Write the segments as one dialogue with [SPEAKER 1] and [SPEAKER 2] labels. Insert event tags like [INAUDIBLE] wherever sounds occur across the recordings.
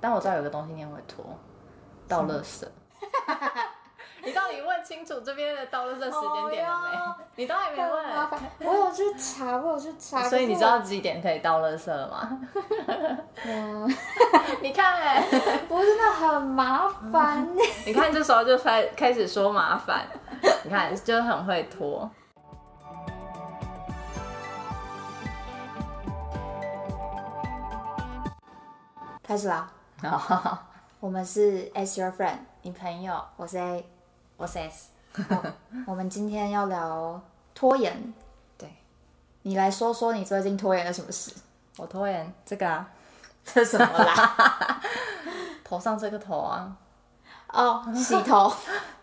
[SPEAKER 1] 但我知道有个东西你很会拖，倒垃圾。 [LAUGHS] 你到底问清楚这边的倒垃圾时间点了没？
[SPEAKER 2] 哦
[SPEAKER 1] 你都还没
[SPEAKER 2] 太麻
[SPEAKER 1] 问，
[SPEAKER 2] 烦。我有去查，我有去查，
[SPEAKER 1] 所以你
[SPEAKER 2] 可
[SPEAKER 1] 知
[SPEAKER 2] 是我
[SPEAKER 1] 道几点可以倒垃圾了吗？
[SPEAKER 2] 嗯，
[SPEAKER 1] [LAUGHS] 你看、欸，
[SPEAKER 2] 哎不是那很麻烦。
[SPEAKER 1] [LAUGHS] 你看这时候就开开始说麻烦， [LAUGHS] 你看就很会 [LAUGHS] 拖。
[SPEAKER 2] [LAUGHS] 开始啦，我们是 As Your Friend，
[SPEAKER 1] 你朋友，
[SPEAKER 2] 我是 A，
[SPEAKER 1] 我是 S，
[SPEAKER 2] 我们今天要聊拖延。
[SPEAKER 1] 对
[SPEAKER 2] 你来说说你最近拖延了什么事？
[SPEAKER 1] 我拖延这个啊，
[SPEAKER 2] 这什么 [LAUGHS] 啦？
[SPEAKER 1] 头上这个头啊，
[SPEAKER 2] 哦，洗头，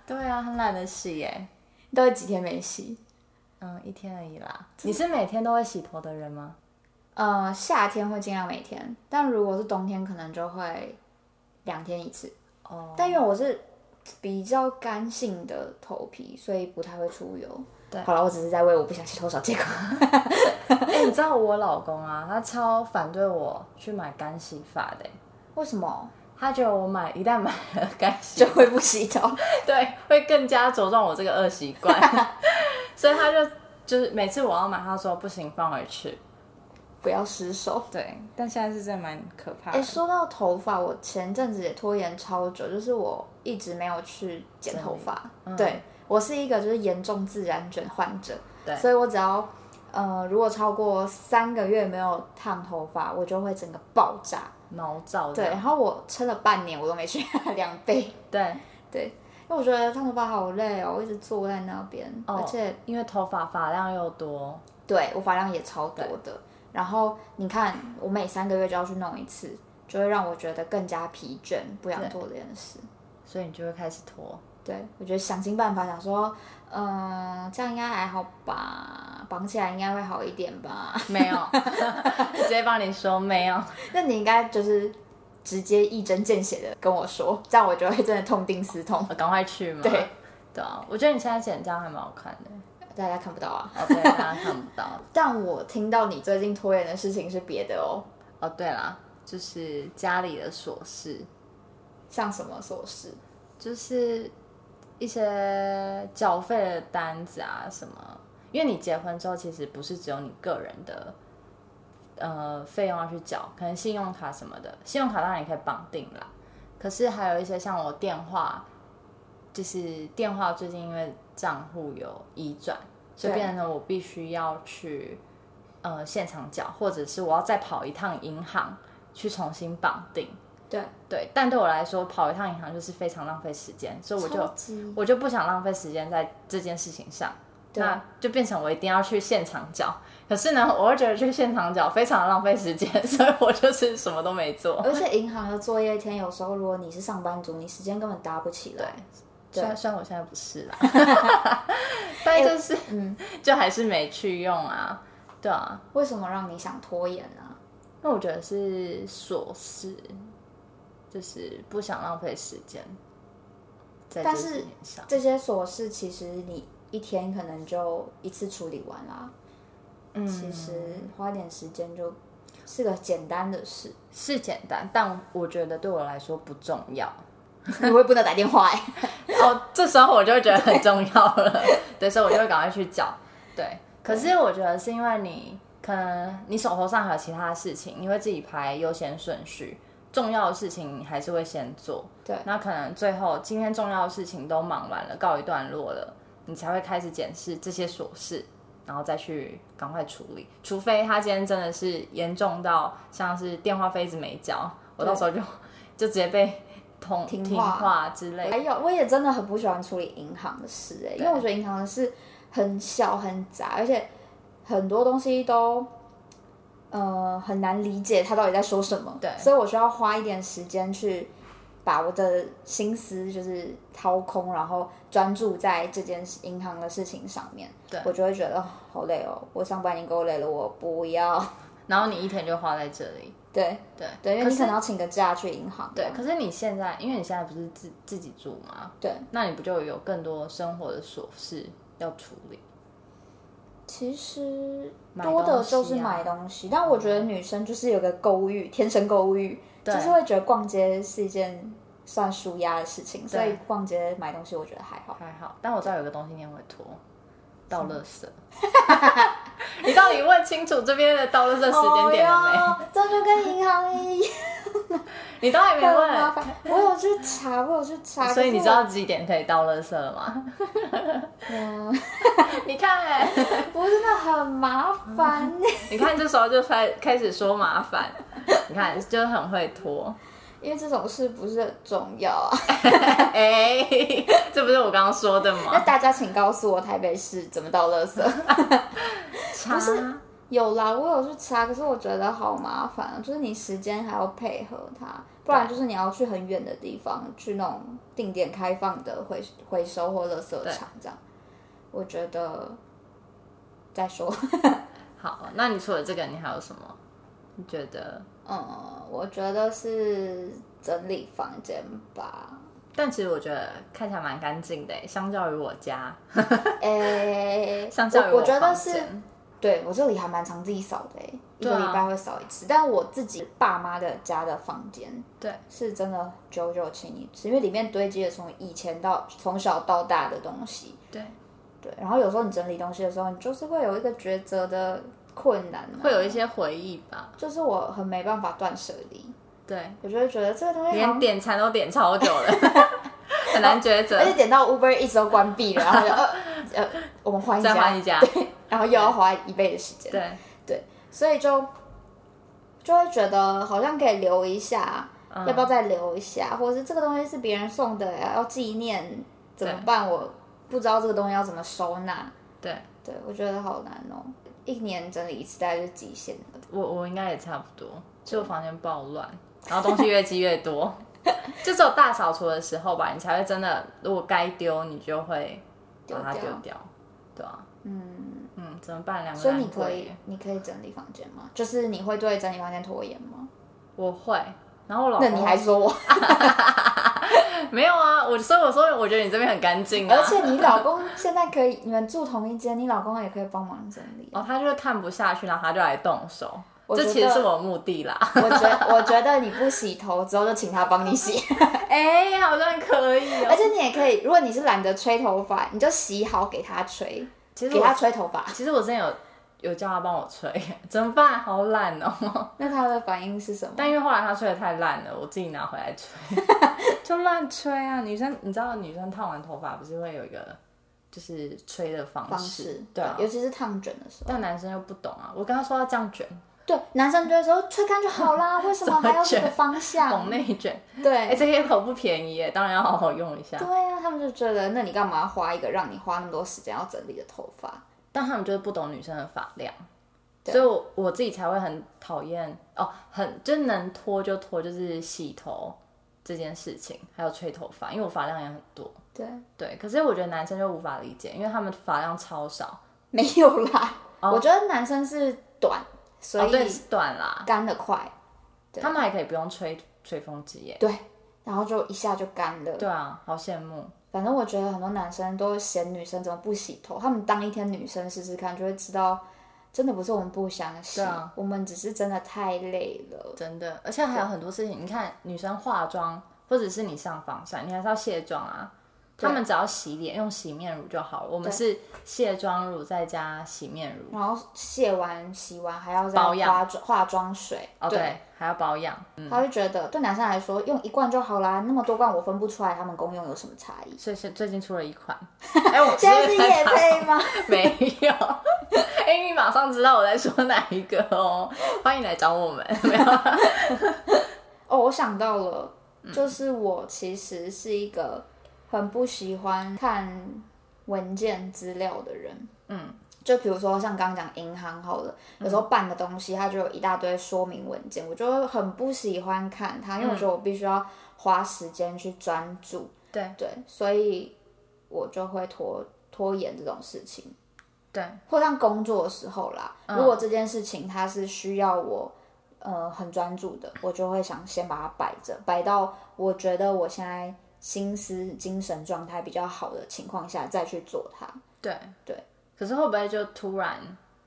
[SPEAKER 1] 对啊，很懒得洗欸耶，
[SPEAKER 2] 都有几天没洗。
[SPEAKER 1] 嗯，一天而已啦。你是每天都会洗头的人吗？
[SPEAKER 2] 呃，夏天会尽量每天，但如果是冬天，可能就会两天一次。
[SPEAKER 1] 哦，
[SPEAKER 2] 但因为我是比较干性的头皮，所以不太会出油。
[SPEAKER 1] 对
[SPEAKER 2] 好了，我只是在为我不想洗头找借口。
[SPEAKER 1] 哎、你知道我老公啊，他超反对我去买干洗发的耶，欸
[SPEAKER 2] 为什么
[SPEAKER 1] 他觉得我买一旦买了干洗
[SPEAKER 2] [LAUGHS] 就会不洗头？
[SPEAKER 1] 对，会更加着重我这个恶习 [LAUGHS] 惯，所以他就就是每次我要买，他说不行，放回去。
[SPEAKER 2] [LAUGHS] 不要失手。
[SPEAKER 1] 对，但现在是真的蛮可怕
[SPEAKER 2] 哎、说到头发，我前阵子也拖延超久，就是我一直没有去剪头发。对我是一个就是严重自然卷患者，
[SPEAKER 1] 对
[SPEAKER 2] 所以我只要呃如果超过三个月没有烫头发，我就会整个爆炸。
[SPEAKER 1] 毛躁
[SPEAKER 2] 对，啊
[SPEAKER 1] 的。
[SPEAKER 2] 然后我撑了半年，我都没去量杯，
[SPEAKER 1] 对
[SPEAKER 2] 因为我觉得烫头发好累哦，我一直坐在那边，
[SPEAKER 1] 哦
[SPEAKER 2] 而且
[SPEAKER 1] 因为头发发量又多，
[SPEAKER 2] 对我发量也超多的。然后你看，我每三个月就要去弄一次，就会让我觉得更加疲倦，不想做这件事。
[SPEAKER 1] 所以你就会开始 [LAUGHS] 拖。
[SPEAKER 2] 对，我觉得想尽办法想说，嗯、这样应该还好吧，绑起来应该会好一点吧。 [LAUGHS]
[SPEAKER 1] 没 [LAUGHS] 有，直接帮你说没有。
[SPEAKER 2] 那你应该就是直接一针见血的跟我说，这样我就会真的痛定思痛。
[SPEAKER 1] 赶快去嘛。
[SPEAKER 2] 对，
[SPEAKER 1] 对啊，我觉得你现在剪这样还蛮好看 [LAUGHS] 的。
[SPEAKER 2] 大家看不到啊，
[SPEAKER 1] 哦，对，大家看不到。
[SPEAKER 2] 但我听到你最近拖延的事情是别的哦，
[SPEAKER 1] 哦，对啦，就是家里的琐事，
[SPEAKER 2] 像什么琐事？
[SPEAKER 1] 就是一些缴费的单子啊什么。因为你结婚之后，其实不是只有你个人的呃费用要去缴，可能信用卡什么的，信用卡当然也可以绑定啦。可是还有一些像我电话，就是电话最近因为账户有移转，所以
[SPEAKER 2] 对
[SPEAKER 1] 变成我必须要去呃现场缴，或者是我要再跑一趟银行去重新绑定。
[SPEAKER 2] 对
[SPEAKER 1] 对，但对我来说，跑一趟银行就是非常浪费时间，所以我
[SPEAKER 2] 超
[SPEAKER 1] 就
[SPEAKER 2] 级
[SPEAKER 1] 我就不想浪费时间在这件事情上，
[SPEAKER 2] 对
[SPEAKER 1] 那就变成我一定要去现场缴。可是呢，我又觉得去现场缴非常浪费时间， [LAUGHS] 所以我就是什么都没做。
[SPEAKER 2] 而且银行的作业天，有时候如果你是上班族，你时间根本搭不起来。
[SPEAKER 1] 虽然虽然我现在不是啦， [LAUGHS] 哎但就是、
[SPEAKER 2] 嗯
[SPEAKER 1] 就还是没去用啊，对啊，
[SPEAKER 2] 为什么让你想拖延呢、
[SPEAKER 1] 那我觉得是琐事，就是不想浪费时间在这
[SPEAKER 2] 但
[SPEAKER 1] 事
[SPEAKER 2] 是
[SPEAKER 1] 情上。
[SPEAKER 2] 这些琐事其实你一天可能就一次处理完啦。嗯，其实花点时间就是个简单的事。
[SPEAKER 1] 是简单，但我觉得对我来说不重要。
[SPEAKER 2] 你会不能打电话哎、
[SPEAKER 1] [LAUGHS] 哦，这时候我就会觉得很重要了， [LAUGHS] 对，所以我就会赶快去找。对，可是我觉得是因为你可能你手头上还有其他的事情，你会自己排优先顺序，重要的事情你还是会先做。
[SPEAKER 2] 对
[SPEAKER 1] 那可能最后今天重要的事情都忙完了，告一段落了，你才会开始检视这些琐事。然后再去赶快处理，除非他今天真的是严重到像是电话费一直没交，我
[SPEAKER 2] 对
[SPEAKER 1] 到时候就 [LAUGHS] 就直接被通
[SPEAKER 2] 听
[SPEAKER 1] 听
[SPEAKER 2] 话
[SPEAKER 1] 话之类的。
[SPEAKER 2] 还有，我也真的很不喜欢处理银行的事哎、因为我觉得银行的事很小很杂，而且很多东西都呃很难理解他到底在说什么。
[SPEAKER 1] 对
[SPEAKER 2] 所以我需要花一点时间去把我的心思就是掏空，然后专注在这件事银行的事情上面。
[SPEAKER 1] 对
[SPEAKER 2] 我就会觉得哦好累哦，我上班已经够累了，我不要。
[SPEAKER 1] 然后你一天就花在这里。
[SPEAKER 2] 对
[SPEAKER 1] 对
[SPEAKER 2] 对，因为
[SPEAKER 1] 可
[SPEAKER 2] 你
[SPEAKER 1] 是
[SPEAKER 2] 可能要请个假去银行。
[SPEAKER 1] 对，可是你现在，因为你现在不是自自己住嘛，
[SPEAKER 2] 对，
[SPEAKER 1] 那你不就有更多生活的琐事要处理？
[SPEAKER 2] 其实
[SPEAKER 1] 买
[SPEAKER 2] 多的
[SPEAKER 1] 东西
[SPEAKER 2] 就是
[SPEAKER 1] 啊嗯
[SPEAKER 2] 买东西，但我觉得女生就是有个购物欲，天生购物欲，就是会觉得逛街是一件算舒压的事情，所以逛街买东西我觉得还好。
[SPEAKER 1] 还好，但我知道有个东西你很会拖，倒垃圾。 [LAUGHS] 你到底问清楚这边的倒垃圾时间点了没？
[SPEAKER 2] [LAUGHS] 哦哟这就跟银行一样，
[SPEAKER 1] 你都还没
[SPEAKER 2] 很麻
[SPEAKER 1] 问，
[SPEAKER 2] 烦。我有去查，我有去查，
[SPEAKER 1] 所以你
[SPEAKER 2] 可
[SPEAKER 1] 知
[SPEAKER 2] 是
[SPEAKER 1] 道
[SPEAKER 2] 我
[SPEAKER 1] 几点可以倒垃圾了
[SPEAKER 2] [LAUGHS]
[SPEAKER 1] 吗？
[SPEAKER 2] 嗯，
[SPEAKER 1] 你看、
[SPEAKER 2] 我真的很麻烦。
[SPEAKER 1] [LAUGHS] 你看这时候就开开始说麻烦，你看就很会拖。
[SPEAKER 2] [LAUGHS] [LAUGHS] 因为这种事不是很重要啊。 [LAUGHS]
[SPEAKER 1] 哎、 [LAUGHS] 这不是我刚刚说的
[SPEAKER 2] 那
[SPEAKER 1] 吗？
[SPEAKER 2] 大家请告诉我台北市怎么倒垃圾？
[SPEAKER 1] 不是，
[SPEAKER 2] 有啦，我有去查，可是我觉得好麻烦啊，就是你时间还要配合它，不然就是你要去很远的地方，去那种定点开放的回回收或垃圾场这样。我觉得再
[SPEAKER 1] [LAUGHS]
[SPEAKER 2] 说，
[SPEAKER 1] 好，那你除了这个，你还有什么？你觉得？
[SPEAKER 2] 嗯，我觉得是整理房间吧。
[SPEAKER 1] 但其实我觉得看起来蛮干净的，欸相较于我家，
[SPEAKER 2] 诶、
[SPEAKER 1] 相较于
[SPEAKER 2] 我我觉
[SPEAKER 1] 房
[SPEAKER 2] 得是
[SPEAKER 1] 间
[SPEAKER 2] 对我这里还蛮常自己扫的、欸，一
[SPEAKER 1] 对
[SPEAKER 2] 个
[SPEAKER 1] 啊
[SPEAKER 2] 礼拜会扫一次。但我自己爸妈的家的房间，
[SPEAKER 1] 对，
[SPEAKER 2] 是真的久久清一次，因为里面堆积了从以前到从小到大的东西。
[SPEAKER 1] 对，
[SPEAKER 2] 对，然后有时候你整理东西的时候，你就是会有一个抉择的困难、
[SPEAKER 1] 会有一，些回忆吧。
[SPEAKER 2] 就是我很没办法断舍离，
[SPEAKER 1] 对，
[SPEAKER 2] 我就会觉得这个东西好
[SPEAKER 1] 连
[SPEAKER 2] 像。
[SPEAKER 1] 点餐都点超久
[SPEAKER 2] [LAUGHS]
[SPEAKER 1] 了，很难抉择
[SPEAKER 2] 而。且点到 Uber 一直都关闭了，然后就呃呃，我们换一
[SPEAKER 1] 再
[SPEAKER 2] 家，
[SPEAKER 1] 换一家
[SPEAKER 2] 对，然后又要花一倍的时间。
[SPEAKER 1] 对，
[SPEAKER 2] 所以就就会觉得好像可以留一下，要不要再留一下，或者是这个东西是别人送的，要纪念怎么办？我不知道这个东西要怎么收纳，
[SPEAKER 1] 对
[SPEAKER 2] 对我觉得好难哦。一年整理一次大概就极限了，
[SPEAKER 1] 我我应该也差不多，就房间暴乱，然后东西越积越多，
[SPEAKER 2] [LAUGHS]
[SPEAKER 1] 就只有大扫除的时候吧，你才会真的，如果该丢，你就会把它丢
[SPEAKER 2] 丢掉
[SPEAKER 1] 掉，对啊，嗯嗯，怎么办？两个
[SPEAKER 2] 所以你
[SPEAKER 1] 男鬼
[SPEAKER 2] 可以，你可以整理房间吗？就是你会对整理房间拖延吗？
[SPEAKER 1] 我会，然后我老
[SPEAKER 2] 那
[SPEAKER 1] 公
[SPEAKER 2] 你还说我，
[SPEAKER 1] 没有啊？我所以我说，我觉得你这边很干净啊，
[SPEAKER 2] 而且你老公现在可以，你们住同一间，你老公也可以帮忙整理。
[SPEAKER 1] 哦，他就是看不下去，然后他就来动手，
[SPEAKER 2] 我
[SPEAKER 1] 这
[SPEAKER 2] 觉
[SPEAKER 1] 其实
[SPEAKER 2] 得
[SPEAKER 1] 是我的目的啦。
[SPEAKER 2] [LAUGHS] 我觉我觉得你不洗头之后就请他帮你洗。
[SPEAKER 1] 哎、好像可以哦
[SPEAKER 2] 而。且你也可以，如果你是懒得吹头发，你就洗好给他吹，
[SPEAKER 1] 其实
[SPEAKER 2] 给
[SPEAKER 1] 我
[SPEAKER 2] 他吹头发。
[SPEAKER 1] 其实我之前有有叫他帮我吹，怎么办？好懒哦。 [LAUGHS]
[SPEAKER 2] 那他的反应是什么？
[SPEAKER 1] 但因为后来他吹的太烂了，我自己拿回来
[SPEAKER 2] [LAUGHS]
[SPEAKER 1] 吹，就乱吹啊。女生你知道，女生烫完头发不是会有一个就是吹的方式，
[SPEAKER 2] 方式
[SPEAKER 1] 对啊。
[SPEAKER 2] 尤其是烫卷的时候。
[SPEAKER 1] 但男生又不懂啊，我跟他说要这样卷，
[SPEAKER 2] 对，男生就会说吹干就好 [LAUGHS] 啦，为什么还要这个方向
[SPEAKER 1] 往？内卷。哎、
[SPEAKER 2] 对，
[SPEAKER 1] 这些口不便宜耶，当然要好好用一下。
[SPEAKER 2] 对啊，他们就觉得，那你干嘛花一个让你花那么多时间要整理的头发？
[SPEAKER 1] 但他们就是不懂女生的发量，所以我我自己才会很讨厌哦，很就能拖就拖，就是洗头这件事情，还有吹头发，因为我发量也很多。
[SPEAKER 2] 对，
[SPEAKER 1] 对，可是我觉得男生就无法理解，因为他们发量超少，
[SPEAKER 2] 没有啦。我觉得男生是短，所
[SPEAKER 1] 哦对
[SPEAKER 2] 以
[SPEAKER 1] 短啦，
[SPEAKER 2] 干的快，
[SPEAKER 1] 他们还可以不用吹吹风机耶。
[SPEAKER 2] 对，然后就一下就干了。
[SPEAKER 1] 对啊，好羡慕。
[SPEAKER 2] 反正我觉得很多男生都嫌女生怎么不洗头，他们当一天女生试试看，就会知道，真的不是我们不相信，
[SPEAKER 1] 对啊
[SPEAKER 2] 我们只是真的太累了。
[SPEAKER 1] 真的，而且还有很多事情，你看女生化妆，或者是你上防晒，你还是要卸妆啊。他们只要洗脸，用洗面乳就好了。我们是卸妆乳再加洗面乳，
[SPEAKER 2] 然后卸完、洗完还要再
[SPEAKER 1] 保养
[SPEAKER 2] 化妆化妆水，
[SPEAKER 1] 哦对，嗯还要保养。
[SPEAKER 2] 他会觉得对男生来说用一罐就好啦，那么多罐我分不出来，他们功用有什么差异？
[SPEAKER 1] 所以是最近出了一 [LAUGHS] 款，哎、我
[SPEAKER 2] 现在是
[SPEAKER 1] 在
[SPEAKER 2] 夜
[SPEAKER 1] 打
[SPEAKER 2] 配吗？
[SPEAKER 1] [LAUGHS] 没有。哎、你马上知道我在说哪一个哦，欢迎来找我们。 [LAUGHS] 没有，
[SPEAKER 2] 哦，我想到了，
[SPEAKER 1] 嗯
[SPEAKER 2] 就是我其实是一个很不喜欢看文件资料的人。
[SPEAKER 1] 嗯，
[SPEAKER 2] 就比如说像刚刚讲银行好了，有时候办个东西它就有一大堆说明文件，我就很不喜欢看
[SPEAKER 1] 嗯
[SPEAKER 2] 它，因为我觉得我必须要花时间去专注。
[SPEAKER 1] 对
[SPEAKER 2] 对，所以我就会拖拖延这种事情。
[SPEAKER 1] 对，嗯
[SPEAKER 2] 或像工作的时候啦，如果这件事情它是需要我呃很专注的，我就会想先把它摆着，摆到我觉得我现在心思精神状态比较好的情况下再去做它。
[SPEAKER 1] 对
[SPEAKER 2] 对。
[SPEAKER 1] 可是会不会就突然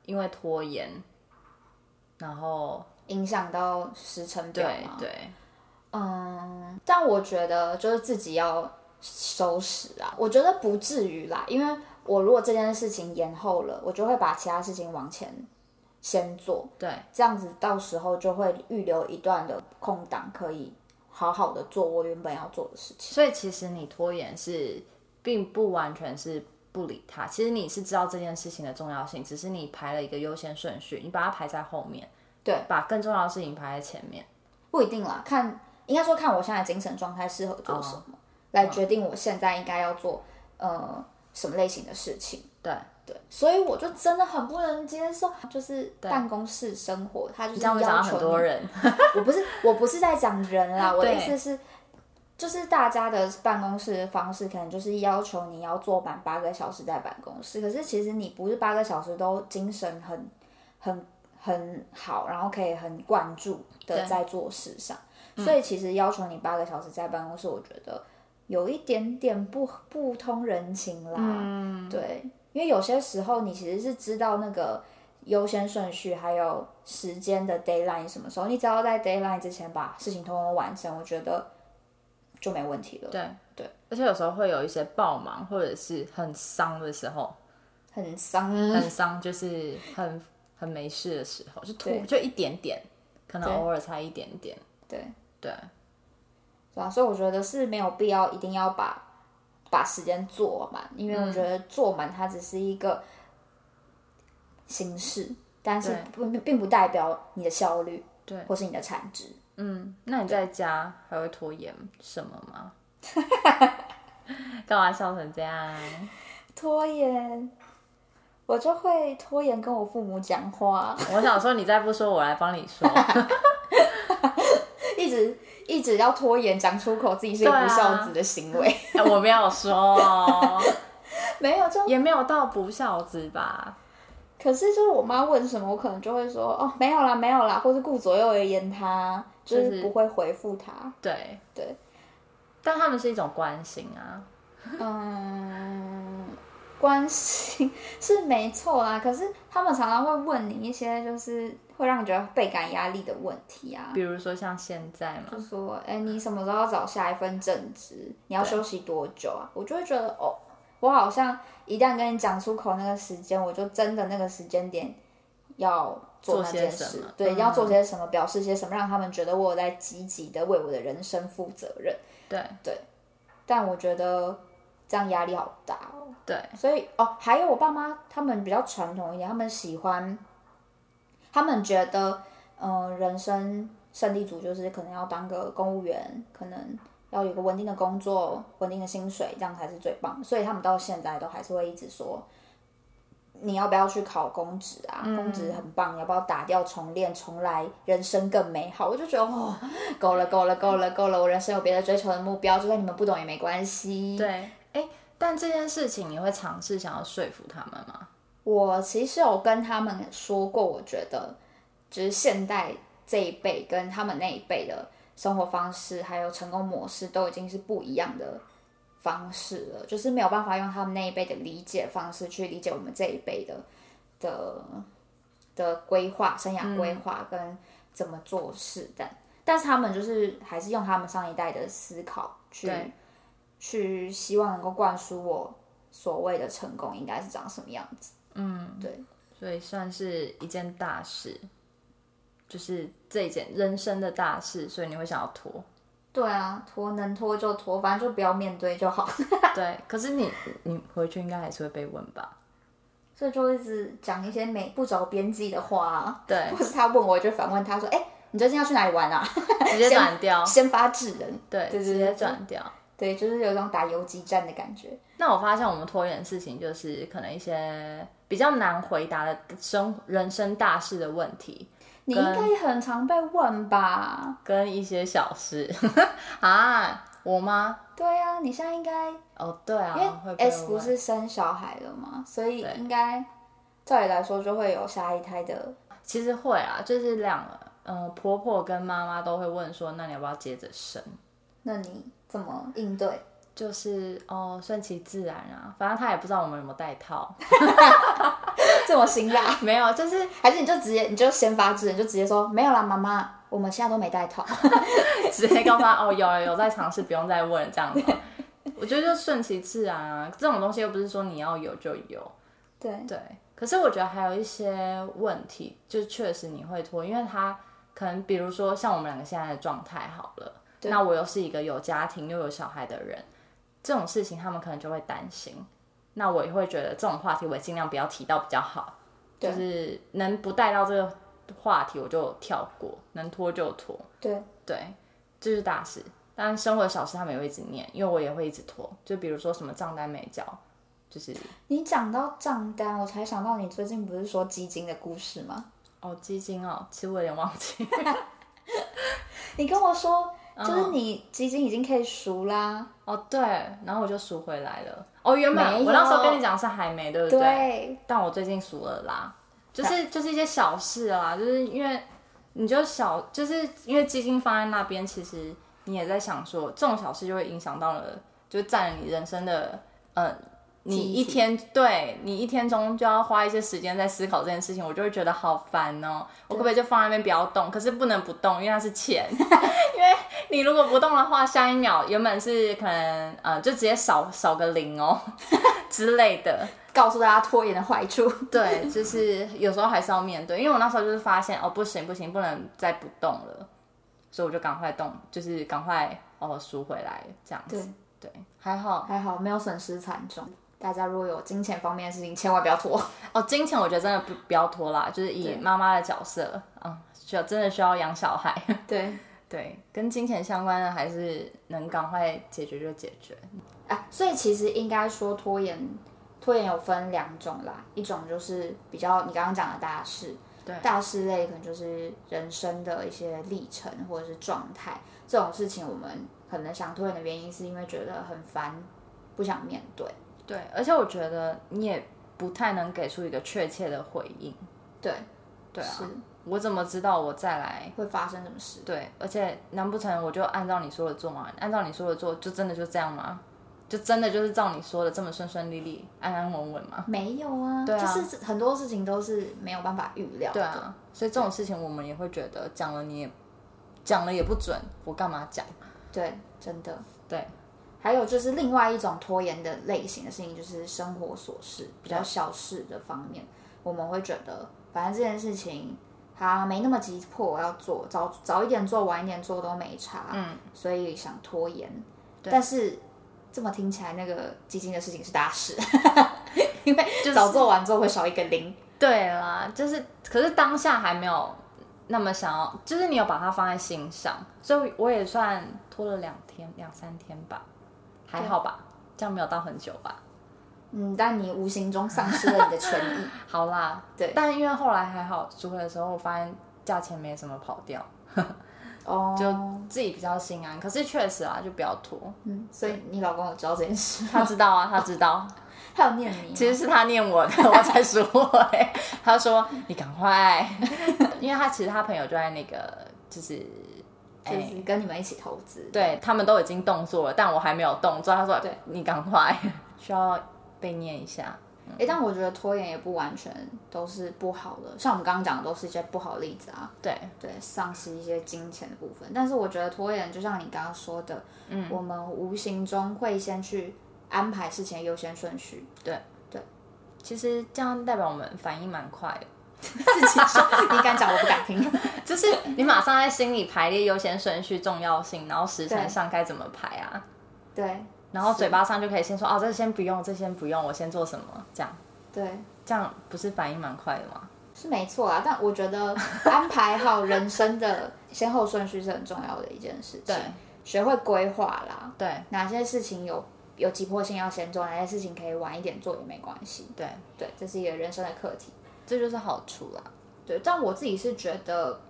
[SPEAKER 1] 因为拖延，然后
[SPEAKER 2] 影响到时程表
[SPEAKER 1] 对啊
[SPEAKER 2] 吗？
[SPEAKER 1] 对，
[SPEAKER 2] 嗯，但我觉得就是自己要收拾啊，我觉得不至于啦，因为我如果这件事情延后了，我就会把其他事情往前先做，
[SPEAKER 1] 对，
[SPEAKER 2] 这样子到时候就会预留一段的空档，可以好好的做我原本要做的事情。
[SPEAKER 1] 所以其实你拖延是并不完全是不理他，其实你是知道这件事情的重要性，只是你排了一个优先顺序，你把它排在后面，
[SPEAKER 2] 对，
[SPEAKER 1] 把更重要的事情排在前面。
[SPEAKER 2] 不一定啦，看应该说看我现在精神状态适合
[SPEAKER 1] 哦
[SPEAKER 2] 做什么，来
[SPEAKER 1] 嗯
[SPEAKER 2] 决定我现在应该要做呃什么类型的事情。
[SPEAKER 1] 对，
[SPEAKER 2] 对，所以我就真的很不能接受，就是办公室生活，他就是
[SPEAKER 1] 这样
[SPEAKER 2] 要
[SPEAKER 1] 会
[SPEAKER 2] 求
[SPEAKER 1] 讲到很多
[SPEAKER 2] 你
[SPEAKER 1] 人，
[SPEAKER 2] 我不是我不是在讲人啦，我的意
[SPEAKER 1] 对
[SPEAKER 2] 思是，就是大家的办公室的方式可能就是要求你要坐满八个小时在办公室，可是其实你不是八个小时都精神很很很好，然后可以很灌注的
[SPEAKER 1] 对嗯
[SPEAKER 2] 在做事上，所以其实要求你八个小时在办公室，我觉得有一点点不不通人情啦。
[SPEAKER 1] 嗯，
[SPEAKER 2] 对，因为有些时候你其实是知道那个优先顺序，还有时间的 d a y l i n e 什么时候，你只要在 d a y l i n e 之前把事情通通完成，我觉得就没问题了。
[SPEAKER 1] 对
[SPEAKER 2] 对，
[SPEAKER 1] 而且有时候会有一些爆忙或者是很伤的时候，
[SPEAKER 2] 很伤，
[SPEAKER 1] 很伤就是很很没事的时候，就突
[SPEAKER 2] 对
[SPEAKER 1] 就一点点，可能
[SPEAKER 2] 对
[SPEAKER 1] 偶尔才一点点，
[SPEAKER 2] 对
[SPEAKER 1] 对，
[SPEAKER 2] 对啊，所以我觉得是没有必要一定要把把时间做满，因为我觉得做满它只是一个形式，但是不并不代表你的效率，
[SPEAKER 1] 对，
[SPEAKER 2] 或是你的产值。
[SPEAKER 1] 嗯，那你在家还会拖延什么吗？ [LAUGHS] 干嘛笑成这样？
[SPEAKER 2] 拖延，我就会拖延跟我父母讲话，
[SPEAKER 1] 我想说，你再不说，我来帮你说。 [LAUGHS] 哎
[SPEAKER 2] 一直一直要拖延讲出口自己是一个
[SPEAKER 1] 对啊
[SPEAKER 2] 不孝子的行为，
[SPEAKER 1] 我没有说，
[SPEAKER 2] 啊 [LAUGHS] 没有就
[SPEAKER 1] 也没有到不孝子吧？
[SPEAKER 2] 可是就是我妈问什么，我可能就会说哦没有啦没有啦，或是顾左右而言他，就
[SPEAKER 1] 就是
[SPEAKER 2] 是不会回复他，
[SPEAKER 1] 对，
[SPEAKER 2] 对，
[SPEAKER 1] 但他们是一种关心啊。
[SPEAKER 2] 嗯。关心 [LAUGHS] 是没错啦，可是他们常常会问你一些就是会让你觉得倍感压力的问题啊，
[SPEAKER 1] 比如说像现在嘛
[SPEAKER 2] 就，说，哎、你什么时候要找下一份正职？你要休息多久啊？我就会觉得，哦，我好像一旦跟你讲出口那个时间，我就真的那个时间点要做
[SPEAKER 1] 做
[SPEAKER 2] 那
[SPEAKER 1] 些
[SPEAKER 2] 件
[SPEAKER 1] 什
[SPEAKER 2] 事
[SPEAKER 1] 么，
[SPEAKER 2] 对，
[SPEAKER 1] 嗯
[SPEAKER 2] 要做些什么，表示些什么，让他们觉得我有在积极的为我的人生负责任。
[SPEAKER 1] 对
[SPEAKER 2] 但我觉得这样压力好大哦。
[SPEAKER 1] 对，
[SPEAKER 2] 所以哦，还有我爸妈他们比较传统一点，他们喜欢，他们觉得，嗯、人生胜利组就是可能要当个公务员，可能要有个稳定的工作、稳定的薪水，这样才是最棒的。所以他们到现在都还是会一直说，你要不要去考公职啊？公职很棒，你要不要打掉重练，重来，人生更美好？我就觉得哦，够了，够了，够了，够了！我人生有别的追求的目标，就算你们不懂也没关系。
[SPEAKER 1] 对，哎、但这件事情你会尝试想要说服他们吗？
[SPEAKER 2] 我其实有跟他们说过，我觉得就是现代这一辈跟他们那一辈的生活方式，还有成功模式，都已经是不一样的方式了，就是没有办法用他们那一辈的理解方式去理解我们这一辈的的的规划、生涯规划跟怎么做事但但是他们就是还是用他们上一代的思考去
[SPEAKER 1] 对
[SPEAKER 2] 去希望能够灌输我所谓的成功应该是长什么样子。嗯，对，
[SPEAKER 1] 所以算是一件大事，就是这一件人生的大事，所以你会想要拖。
[SPEAKER 2] [LAUGHS] 对啊，拖能拖就拖，反正就不要面对就好。
[SPEAKER 1] 对，可是你你回去应该还是会被问吧？
[SPEAKER 2] 所以就一直讲一些没不着边际的话、啊，
[SPEAKER 1] 对，
[SPEAKER 2] 或是他问我，我就反问他说：“哎、你最近要去哪里玩啊
[SPEAKER 1] 直接转？”掉，
[SPEAKER 2] 先发制人，
[SPEAKER 1] 啊对，
[SPEAKER 2] 对对
[SPEAKER 1] 直接转掉。
[SPEAKER 2] 对，就是有一种打游击战的感觉。
[SPEAKER 1] 那我发现我们拖延的事情，就是可能一些比较难回答的生人生大事的问题，
[SPEAKER 2] 你应该也很常被问吧？
[SPEAKER 1] 跟一些小事 [LAUGHS] 啊。我吗？
[SPEAKER 2] 对啊，你现在应该
[SPEAKER 1] 哦，对啊，
[SPEAKER 2] 因
[SPEAKER 1] 会
[SPEAKER 2] 为
[SPEAKER 1] 被
[SPEAKER 2] S 不
[SPEAKER 1] 问
[SPEAKER 2] 是生小孩了嘛，所以
[SPEAKER 1] 对
[SPEAKER 2] 应该照理来说就会有下一胎的。
[SPEAKER 1] 其实会啊，就是两呃婆婆跟妈妈都会问说，那你要不要接着生？
[SPEAKER 2] 那你怎么应对？
[SPEAKER 1] 就是哦，顺其自然啊，反正她也不知道我们有没有带套， [LAUGHS]
[SPEAKER 2] 这么辛辣？
[SPEAKER 1] 没有，就是 [LAUGHS]
[SPEAKER 2] 还是你就直接你就先发制人，就直接说没有啦，妈妈，我们现在都没带套，
[SPEAKER 1] 直接告诉他哦，有了有在尝试，不用再问这样子。 [LAUGHS] 我觉得就顺其自然啊，这种东西又不是说你要有就有。
[SPEAKER 2] [LAUGHS] 对
[SPEAKER 1] 对，可是我觉得还有一些问题，就确实你会拖，因为他可能比如说像我们两个现在的状态好了，那我又是一个有家庭又有小孩的人，这种事情他们可能就会担心。那我也会觉得这种话题我也尽量不要提到比较好，
[SPEAKER 2] 对
[SPEAKER 1] 就是能不带到这个话题我就跳过，能拖就拖。
[SPEAKER 2] 对
[SPEAKER 1] 对，这是大事。但生活的小事他们也会一直念，因为我也会一直拖。就比如说什么账单没交，就是
[SPEAKER 2] 你讲到账单，我才想到你最近不是说基金的故事吗？
[SPEAKER 1] 哦基金哦，其实我有点忘记。
[SPEAKER 2] 你跟我说，就是你基金已经可以赎啦，
[SPEAKER 1] 哦对，然后我就赎回来了。哦，原
[SPEAKER 2] 没
[SPEAKER 1] 本
[SPEAKER 2] 有
[SPEAKER 1] 我那时候跟你讲是还没，对不对？
[SPEAKER 2] 对，
[SPEAKER 1] 但我最近赎了啦，就是就是一些小事啊，就是因为你就小，就是因为基金放在那边，其实你也在想说，这种小事就会影响到了，就占了你人生的，呃，你
[SPEAKER 2] 记忆
[SPEAKER 1] 一天对你一天中就要花一些时间在思考这件事情，我就会觉得好烦哦、我可不可以就放在那边不要动？可是不能不动，因为它是钱，因为你如果不动的话，下一秒原本是可能呃就直接少少个零哦、 [LAUGHS] 之类的，
[SPEAKER 2] 告诉大家拖延的坏处。
[SPEAKER 1] 对，就是有时候还是要面对，因为我那时候就是发现哦，不行不行，不能再不动了，所以我就赶快动，就是赶快哦赎回来这样子。对，还好
[SPEAKER 2] 还好没有损失惨重。大家如果有金钱方面的事情，千万不要拖。
[SPEAKER 1] 哦，金钱我觉得真的不不要拖啦，就是以妈妈的角色，嗯，需要真的需要养小孩，
[SPEAKER 2] [LAUGHS]
[SPEAKER 1] [LAUGHS]
[SPEAKER 2] 对，
[SPEAKER 1] 对，跟金钱相关的还是能赶快解决就解决。
[SPEAKER 2] 啊，所以其实应该说拖延，拖延有分两种啦，一种就是比较你刚刚讲的大事，
[SPEAKER 1] 对
[SPEAKER 2] 大事类可能就是人生的一些历程或者是状态，这种事情我们可能想拖延的原因是因为觉得很烦，不想面对。
[SPEAKER 1] 对，而且我觉得你也不太能给出一个确切的回应。
[SPEAKER 2] 对，
[SPEAKER 1] 对啊
[SPEAKER 2] 是，
[SPEAKER 1] 我怎么知道我再来？
[SPEAKER 2] 会发生什么事？
[SPEAKER 1] 对，而且难不成我就按照你说的做吗？按照你说的做，就真的就这样吗？就真的就是照你说的这么顺顺利利、安安稳稳吗？
[SPEAKER 2] 没有啊，
[SPEAKER 1] 嗯对啊
[SPEAKER 2] 就是很多事情都是没有办法预料
[SPEAKER 1] 对
[SPEAKER 2] 的。
[SPEAKER 1] 啊，所以这种事情我们也会觉得讲了你也讲了也不准，我干嘛讲？
[SPEAKER 2] 对，真的。
[SPEAKER 1] 对，
[SPEAKER 2] 还有就是另外一种拖延的类型的事情，就是生活琐事，比较小事的方面，我们会觉得反正这件事情它没那么急迫要做，早早一点做，晚一点做都没差，嗯，所以想拖延。但是这么听起来，那个基金的事情是大事，因为
[SPEAKER 1] 就是
[SPEAKER 2] [LAUGHS] 早做晚做会少一个零，
[SPEAKER 1] 对啦，就是可是当下还没有那么想要，就是你有把它放在心上，所以我也算拖了两天、两三天吧，还好吧，这样没有到很久吧。
[SPEAKER 2] 嗯，但你无形中丧失了你的权益。
[SPEAKER 1] [LAUGHS] 好啦，
[SPEAKER 2] 对
[SPEAKER 1] 但因为后来还好，赎回的时候我发现价钱没什么跑掉，
[SPEAKER 2] 哦，
[SPEAKER 1] 就自己比较心安。可是确实啊，就不要拖。
[SPEAKER 2] 嗯，所以你老公有知道这件事，
[SPEAKER 1] [LAUGHS]
[SPEAKER 2] [LAUGHS]
[SPEAKER 1] 他知道啊，他知道，
[SPEAKER 2] 他有念你吗，
[SPEAKER 1] [LAUGHS] 其实是他念我的， [LAUGHS] 我才赎回。他说你赶快， [LAUGHS] 因为他其实他朋友就在那个就是。哎
[SPEAKER 2] 啊就是跟你们一起投资。
[SPEAKER 1] 对他们都已经动作了，但我还没有动作。他说：“
[SPEAKER 2] 对，
[SPEAKER 1] 你赶快，需要被念一下。
[SPEAKER 2] 哎、但我觉得拖延也不完全都是不好的，像我们刚刚讲的都是一些不好的例子啊，”
[SPEAKER 1] 对，
[SPEAKER 2] 对，丧失一些金钱的部分。但是我觉得拖延，就像你刚刚说的，嗯，我们无形中会先去安排事情的优先顺 [LAUGHS] 序，
[SPEAKER 1] 其实这样代表我们反应蛮快的。
[SPEAKER 2] 自己说，你敢讲我不敢听， [LAUGHS]
[SPEAKER 1] 就是你马上在心里排列优先顺序、重要性，然后时辰上该怎么排啊？
[SPEAKER 2] 对
[SPEAKER 1] 然后嘴巴上就可以先说哦，这先不用，这先不用，我先做什么？这样
[SPEAKER 2] 对。
[SPEAKER 1] 这样不是反应蛮快的吗？
[SPEAKER 2] 是没错啊，但我觉得安排好人生的先后顺序是很重要的一件事情。
[SPEAKER 1] 对，
[SPEAKER 2] 学会规划啦，
[SPEAKER 1] 对
[SPEAKER 2] 哪些事情有有急迫性要先做，哪些事情可以晚一点做也没关系。
[SPEAKER 1] 对，
[SPEAKER 2] 对，这是一个人生的课题。
[SPEAKER 1] 这就是好处啦。
[SPEAKER 2] 对，但我自己是觉得，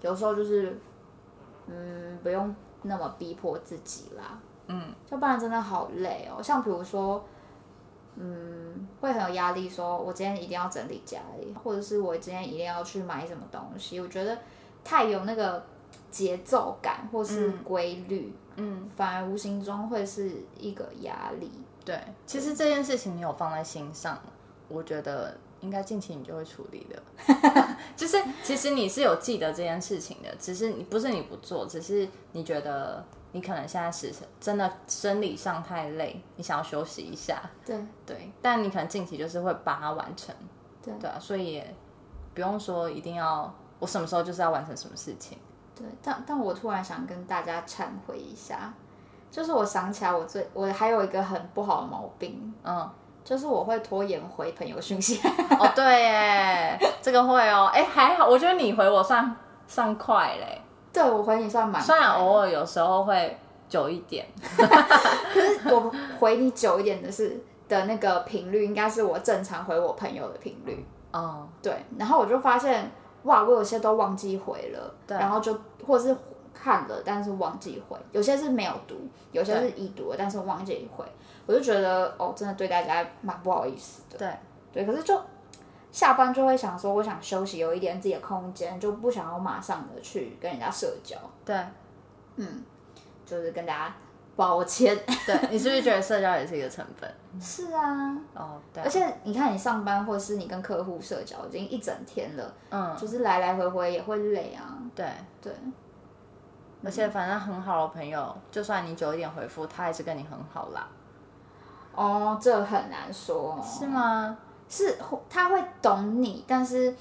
[SPEAKER 2] 有时候就是，嗯，不用那么逼迫自己啦。嗯，要不然真的好累哦。像比如说，嗯，会很有压力说我今天一定要整理家里，或者是我今天一定要去买什么东西。我觉得太有那个节奏感或是规律，嗯，反而无形中会是一个压力。
[SPEAKER 1] 对，其实这件事情你有放在心上，我觉得应该近期你就会处理的。 [LAUGHS] 就是其实你是有记得这件事情的，只是你不是你不做，只是你觉得你可能现在是真的生理上太累，你想要休息一下，
[SPEAKER 2] 对
[SPEAKER 1] 对，但你可能近期就是会把它完成，
[SPEAKER 2] 对
[SPEAKER 1] 对啊，所以也不用说一定要我什么时候就是要完成什么事情，
[SPEAKER 2] 对，但但我突然想跟大家忏悔一下，就是我想起来我最我还有一个很不好的毛病，
[SPEAKER 1] 嗯，
[SPEAKER 2] 就是我会拖延回朋友讯息。 [LAUGHS]
[SPEAKER 1] 哦对耶，这个会哦，哎还好，我觉得你回我算算快嘞，
[SPEAKER 2] 对我回你算蛮快
[SPEAKER 1] 虽
[SPEAKER 2] 的，
[SPEAKER 1] 然偶尔有时候会久一点，
[SPEAKER 2] 可是我回你久一点的是的那个频率，应该是我正常回我朋友的频率。
[SPEAKER 1] 哦，
[SPEAKER 2] 对，然后我就发现，哇，我有些都忘记回了，
[SPEAKER 1] 对
[SPEAKER 2] 然后就或是看了，但是忘记回，有些是没有读，有些是已读了，但是忘记回，我就觉得哦，真的对大家蛮不好意思的。
[SPEAKER 1] 对
[SPEAKER 2] 对，可是就下班就会想说，我想休息，有一点自己的空间，就不想要马上的去跟人家社交，
[SPEAKER 1] 对
[SPEAKER 2] 就是跟大家抱歉。
[SPEAKER 1] 对，你是不是觉得社交也 [LAUGHS] 是一个成本？
[SPEAKER 2] 是 [LAUGHS] 啊，
[SPEAKER 1] 哦，对啊
[SPEAKER 2] 而，且你看，你上班或是你跟客户社交已经一整天了，
[SPEAKER 1] 嗯，
[SPEAKER 2] 就是来来回回也会累啊。
[SPEAKER 1] 对。
[SPEAKER 2] 对，
[SPEAKER 1] 而且反正很好的朋友，就算你久一点回复，他还是跟你很好啦，
[SPEAKER 2] 哦，这很难说、哦，
[SPEAKER 1] 是吗？
[SPEAKER 2] 是他会懂你，但是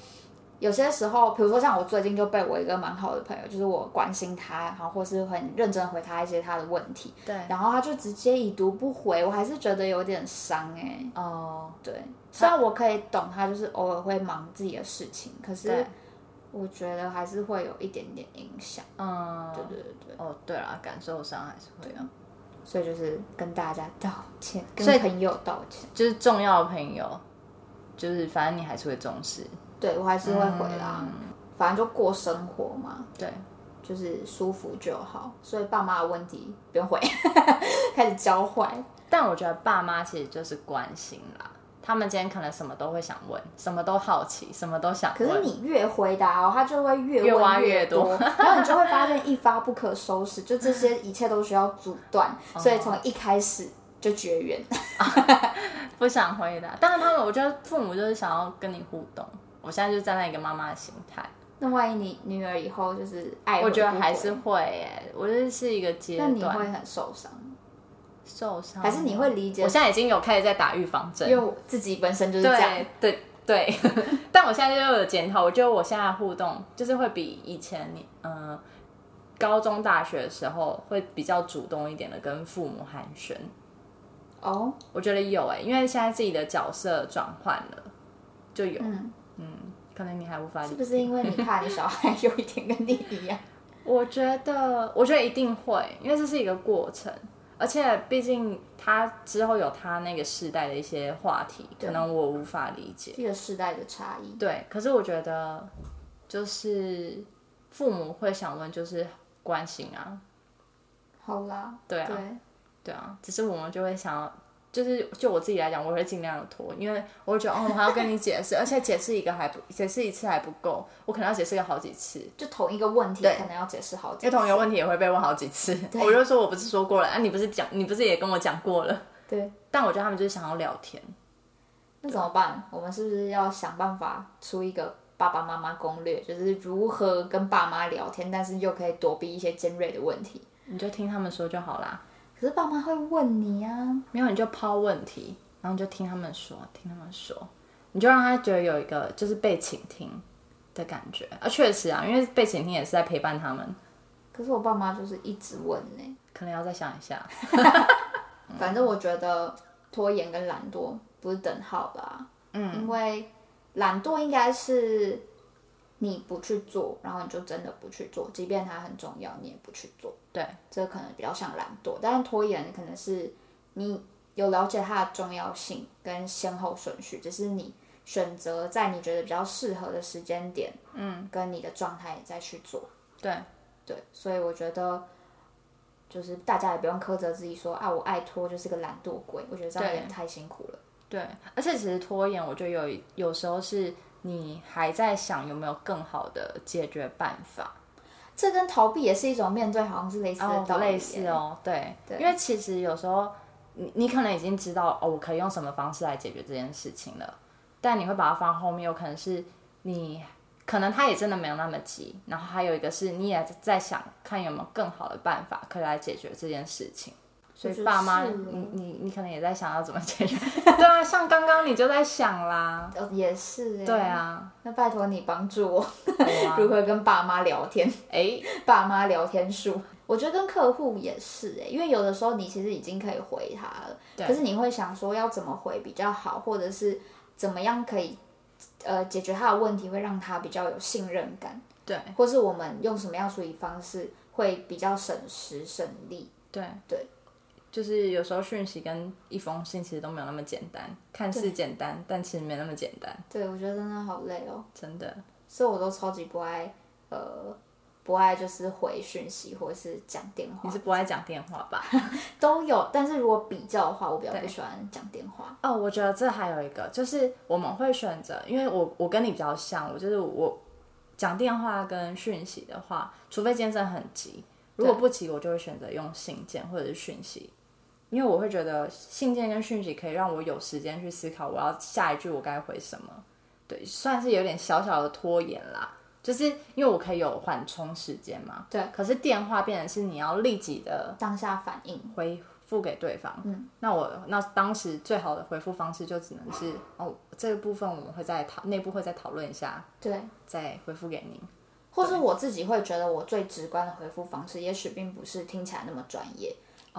[SPEAKER 2] 有些时候，比如说像我最近就被我一个蛮好的朋友，就是我关心他，然后或是很认真地回他一些他的问题，
[SPEAKER 1] 对，
[SPEAKER 2] 然后他就直接已读不回，我还是觉得有点伤哎、
[SPEAKER 1] 哦，
[SPEAKER 2] 对，虽然我可以懂他就是偶尔会忙自己的事情，可是
[SPEAKER 1] 对
[SPEAKER 2] 我觉得还是会有一点点影响。
[SPEAKER 1] 嗯，
[SPEAKER 2] 对对对对，
[SPEAKER 1] 哦，对了，感受上还是会有，
[SPEAKER 2] 所以就是跟大家道歉，跟
[SPEAKER 1] 所以
[SPEAKER 2] 朋友道歉。
[SPEAKER 1] 就是重要的朋友，就是反正你还是会重视，
[SPEAKER 2] 对我还是会回啦，
[SPEAKER 1] 嗯
[SPEAKER 2] 反正就过生活嘛，
[SPEAKER 1] 对，
[SPEAKER 2] 就是舒服就好。所以爸妈的问题不用回， [LAUGHS] 开始教坏。
[SPEAKER 1] 但我觉得爸妈其实就是关心啦，他们今天可能什么都会想问，什么都好奇，什么都想
[SPEAKER 2] 可
[SPEAKER 1] 问，
[SPEAKER 2] 是你越回答、哦，他就会越
[SPEAKER 1] 越
[SPEAKER 2] 问
[SPEAKER 1] 挖
[SPEAKER 2] 越
[SPEAKER 1] 越多
[SPEAKER 2] 然后你就会
[SPEAKER 1] [LAUGHS]
[SPEAKER 2] 发现一发不可收拾，就这些一切都需要阻断，
[SPEAKER 1] 嗯
[SPEAKER 2] 所以从一开始就绝缘。 [LAUGHS]
[SPEAKER 1] 不想回答，但是他们，我觉得父母就是想要跟你互动，我现在就站在一个妈妈的心态，
[SPEAKER 2] 那万一你女儿以后就是爱
[SPEAKER 1] 我
[SPEAKER 2] 回
[SPEAKER 1] 觉得
[SPEAKER 2] 不
[SPEAKER 1] 还
[SPEAKER 2] 回
[SPEAKER 1] 是，会耶、我觉得是一个阶
[SPEAKER 2] 那
[SPEAKER 1] 段，
[SPEAKER 2] 你会很受伤，
[SPEAKER 1] 受伤，
[SPEAKER 2] 还是你会理解
[SPEAKER 1] 我？现在已经有开始在打预防针
[SPEAKER 2] 因为，我自己本身就是这样，
[SPEAKER 1] 嗯对对对， [LAUGHS] 但我现在就有检讨，我觉得我现在的互动就是会比以前你嗯、呃高中大学的时候会比较主动一点的跟父母寒暄，
[SPEAKER 2] 哦，
[SPEAKER 1] 我觉得有哎、因为现在自己的角色转换了，就有
[SPEAKER 2] 嗯，
[SPEAKER 1] 可能你还无法理
[SPEAKER 2] 是
[SPEAKER 1] 解， [LAUGHS]
[SPEAKER 2] 不是因为你怕你小孩有一点跟你一样？
[SPEAKER 1] 我觉得，我觉得一定会，因为这是一个过程，而且毕竟他之后有他那个世代的一些话题，可能我无法理解。
[SPEAKER 2] 这个世代的差异，
[SPEAKER 1] 对，可是我觉得就是父母会想问，就是关心啊，
[SPEAKER 2] 好啦，
[SPEAKER 1] 对啊
[SPEAKER 2] 对
[SPEAKER 1] 对啊，只是我们就会想要。就是就我自己来讲，我会尽量的拖，因为我会觉得哦，我还要跟你解释，而且解释一个还不解释一次还不够，我可能要解释个好几次，
[SPEAKER 2] 就同一个问题可能要解释好
[SPEAKER 1] 因为
[SPEAKER 2] 几
[SPEAKER 1] 同
[SPEAKER 2] 次，
[SPEAKER 1] 学问题也会被问好几次，我就说我不是说过了啊，你不是讲你不是也跟我讲过了，
[SPEAKER 2] 对，
[SPEAKER 1] 但我觉得他们就是想要聊天，啊
[SPEAKER 2] 那怎么办？我们是不是要想办法出一个爸爸妈妈攻略，就是如何跟爸妈聊天，但是又可以躲避一些尖锐的问题？
[SPEAKER 1] 你就听他们说就好啦，
[SPEAKER 2] 可是爸妈会问你啊，
[SPEAKER 1] 没有你就抛问题，然后你就听他们说，听他们说，你就让他觉得有一个就是被倾听的感觉啊，确实啊，因为被倾听也是在陪伴他们，
[SPEAKER 2] 可是我爸妈就是一直问呢、
[SPEAKER 1] 可能要再想一下，嗯
[SPEAKER 2] 反正我觉得拖延跟懒惰不是等号啦，嗯，因为懒惰应该是你不去做，然后你就真的不去做，即便它很重要，你也不去做，
[SPEAKER 1] 对
[SPEAKER 2] 这可能比较像懒惰。但是拖延可能是你有了解它的重要性跟先后顺序，只是你选择在你觉得比较适合的时间点，嗯，跟你的状态再去做。
[SPEAKER 1] 对，
[SPEAKER 2] 对，所以我觉得就是大家也不用苛责自己说啊，我爱拖就是个懒惰鬼，我觉得这样有点太辛苦了。
[SPEAKER 1] 对，而且其实拖延，我觉得有一有时候是你还在想有没有更好的解决办法。
[SPEAKER 2] 这跟逃避也是一种面对，好像是类似的
[SPEAKER 1] 哦，
[SPEAKER 2] 道理、
[SPEAKER 1] 类似。哦，对，因为其实有时候你你可能已经知道哦，我可以用什么方式来解决这件事情了，但你会把它放后面，有可能是你可能他也真的没有那么急，然后还有一个是你也在想看有没有更好的办法可以来解决这件事情。所以爸妈，
[SPEAKER 2] 我觉得是
[SPEAKER 1] 你你你可能也在想要怎么解决， [LAUGHS] 对啊，像刚刚你就在想啦，
[SPEAKER 2] 哦，也是耶。
[SPEAKER 1] 对，啊，
[SPEAKER 2] 那拜托你帮助我，
[SPEAKER 1] 对啊
[SPEAKER 2] [LAUGHS] 如何跟爸妈聊天？ [LAUGHS]
[SPEAKER 1] 哎，
[SPEAKER 2] 爸妈聊天术。我觉得跟客户也是诶、因为有的时候你其实已经可以回他了，
[SPEAKER 1] 对
[SPEAKER 2] 可是你会想说要怎么回比较好，或者是怎么样可以呃解决他的问题，会让他比较有信任感，
[SPEAKER 1] 对
[SPEAKER 2] 或是我们用什么样处理方式会比较省时省力。
[SPEAKER 1] 对
[SPEAKER 2] 对，
[SPEAKER 1] 就是有时候讯息跟一封信其实都没有那么简单，看似简单，但其实没那么简单，
[SPEAKER 2] 对我觉得真的好累哦，
[SPEAKER 1] 真的。
[SPEAKER 2] 所以我都超级不爱呃不爱就是回讯息或是讲电话
[SPEAKER 1] 你是不爱讲电话吧？
[SPEAKER 2] 都有，但是如果比较的话，我比较不喜欢讲电话。
[SPEAKER 1] 哦，我觉得这还有一个，就是我们会选择，因为我我跟你比较像，我就是我讲电话跟讯息的话，除非今天真的很急，如果不急，我就会选择用信件或者是讯息，因为我会觉得信件跟讯息可以让我有时间去思考我要下一句我该回什么，对，算是有点小小的拖延啦。就是因为我可以有缓冲时间嘛，
[SPEAKER 2] 对。
[SPEAKER 1] 可是电话变成是你要立即的
[SPEAKER 2] 当下反应。
[SPEAKER 1] 回复给对方。嗯，那我那当时最好的回复方式就只能是哦，这个部分我们会再讨内部会再讨论一下，
[SPEAKER 2] 对，
[SPEAKER 1] 再回复给您。
[SPEAKER 2] 或是我自己会觉得我最直观的回复方式，也许并不是听起来那么专业，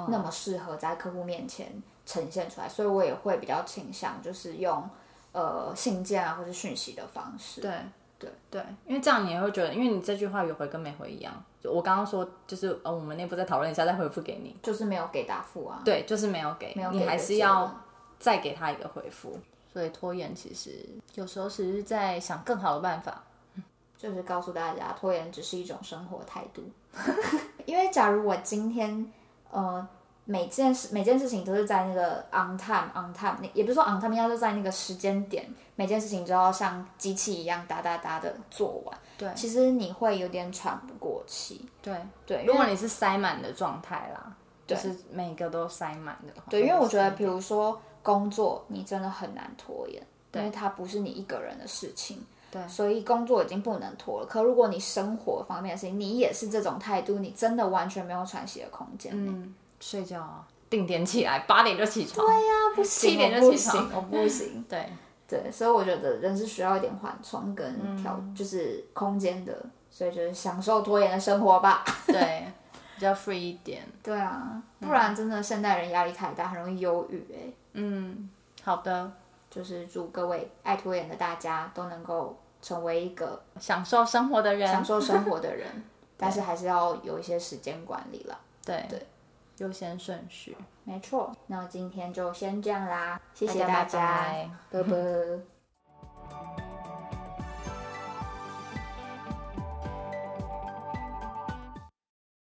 [SPEAKER 2] 那么适合在客户面前呈现出来，所以我也会比较倾向就是用呃信件啊或是讯息的方式。
[SPEAKER 1] 对对对，因为这样你也会觉得，因为你这句话有回跟没回一样。就我刚刚说，就是呃，我们内部再讨论一下，再回复给你。
[SPEAKER 2] 就是没有给答复啊，
[SPEAKER 1] 对，就是没有给，
[SPEAKER 2] 没有给
[SPEAKER 1] 你还
[SPEAKER 2] 回
[SPEAKER 1] 是
[SPEAKER 2] 结
[SPEAKER 1] 要
[SPEAKER 2] 论
[SPEAKER 1] 再给他一个回复。所以拖延其实有时候只是在想更好的办法。
[SPEAKER 2] 就是告诉大家，拖延只是一种生活态度。 [LAUGHS] 因为假如我今天呃每件事每件事情都是在那个 on time on time，那也不是说 on time，应该都在那个时间点，每件事情都要像机器一样哒哒哒的做完。
[SPEAKER 1] 对
[SPEAKER 2] 其实你会有点喘不过气。
[SPEAKER 1] 对
[SPEAKER 2] 对，因
[SPEAKER 1] 如
[SPEAKER 2] 为
[SPEAKER 1] 果你是塞满的状态啦，就是每个都塞满的话。
[SPEAKER 2] 对，因为
[SPEAKER 1] 那就
[SPEAKER 2] 我觉得，
[SPEAKER 1] 是
[SPEAKER 2] 比如说工作，你真的很难拖延，因为它不是你一个人的事情。
[SPEAKER 1] 对
[SPEAKER 2] 所以工作已经不能拖了。可如果你生活方面的事情，你也是这种态度，你真的完全没有喘息的空间。嗯，
[SPEAKER 1] 嗯，睡觉啊，定点起来，八点就起床。
[SPEAKER 2] 对呀、不行，
[SPEAKER 1] 七点就
[SPEAKER 2] 我不
[SPEAKER 1] 起床
[SPEAKER 2] 行，我不行。
[SPEAKER 1] [LAUGHS] 对
[SPEAKER 2] 对，所以我觉得人是需要一点缓冲
[SPEAKER 1] 嗯
[SPEAKER 2] 跟调，就是空间的。所以就是享受拖延的生活吧。
[SPEAKER 1] 对，比较 free 一点。
[SPEAKER 2] 对啊，不然真的现代人压力太大，很容易忧郁、欸。
[SPEAKER 1] 嗯，好的，
[SPEAKER 2] 就是祝各位爱拖延的大家都能够成为一个
[SPEAKER 1] 享受生活的人
[SPEAKER 2] 享，受生活的
[SPEAKER 1] [LAUGHS]
[SPEAKER 2] 人，但是还是要有一些时间管理啦。
[SPEAKER 1] 对
[SPEAKER 2] 对，
[SPEAKER 1] 优先顺序。
[SPEAKER 2] 没错，那今天就先这样啦，谢谢
[SPEAKER 1] 大家
[SPEAKER 2] 大
[SPEAKER 1] 拜
[SPEAKER 2] 家，拜拜。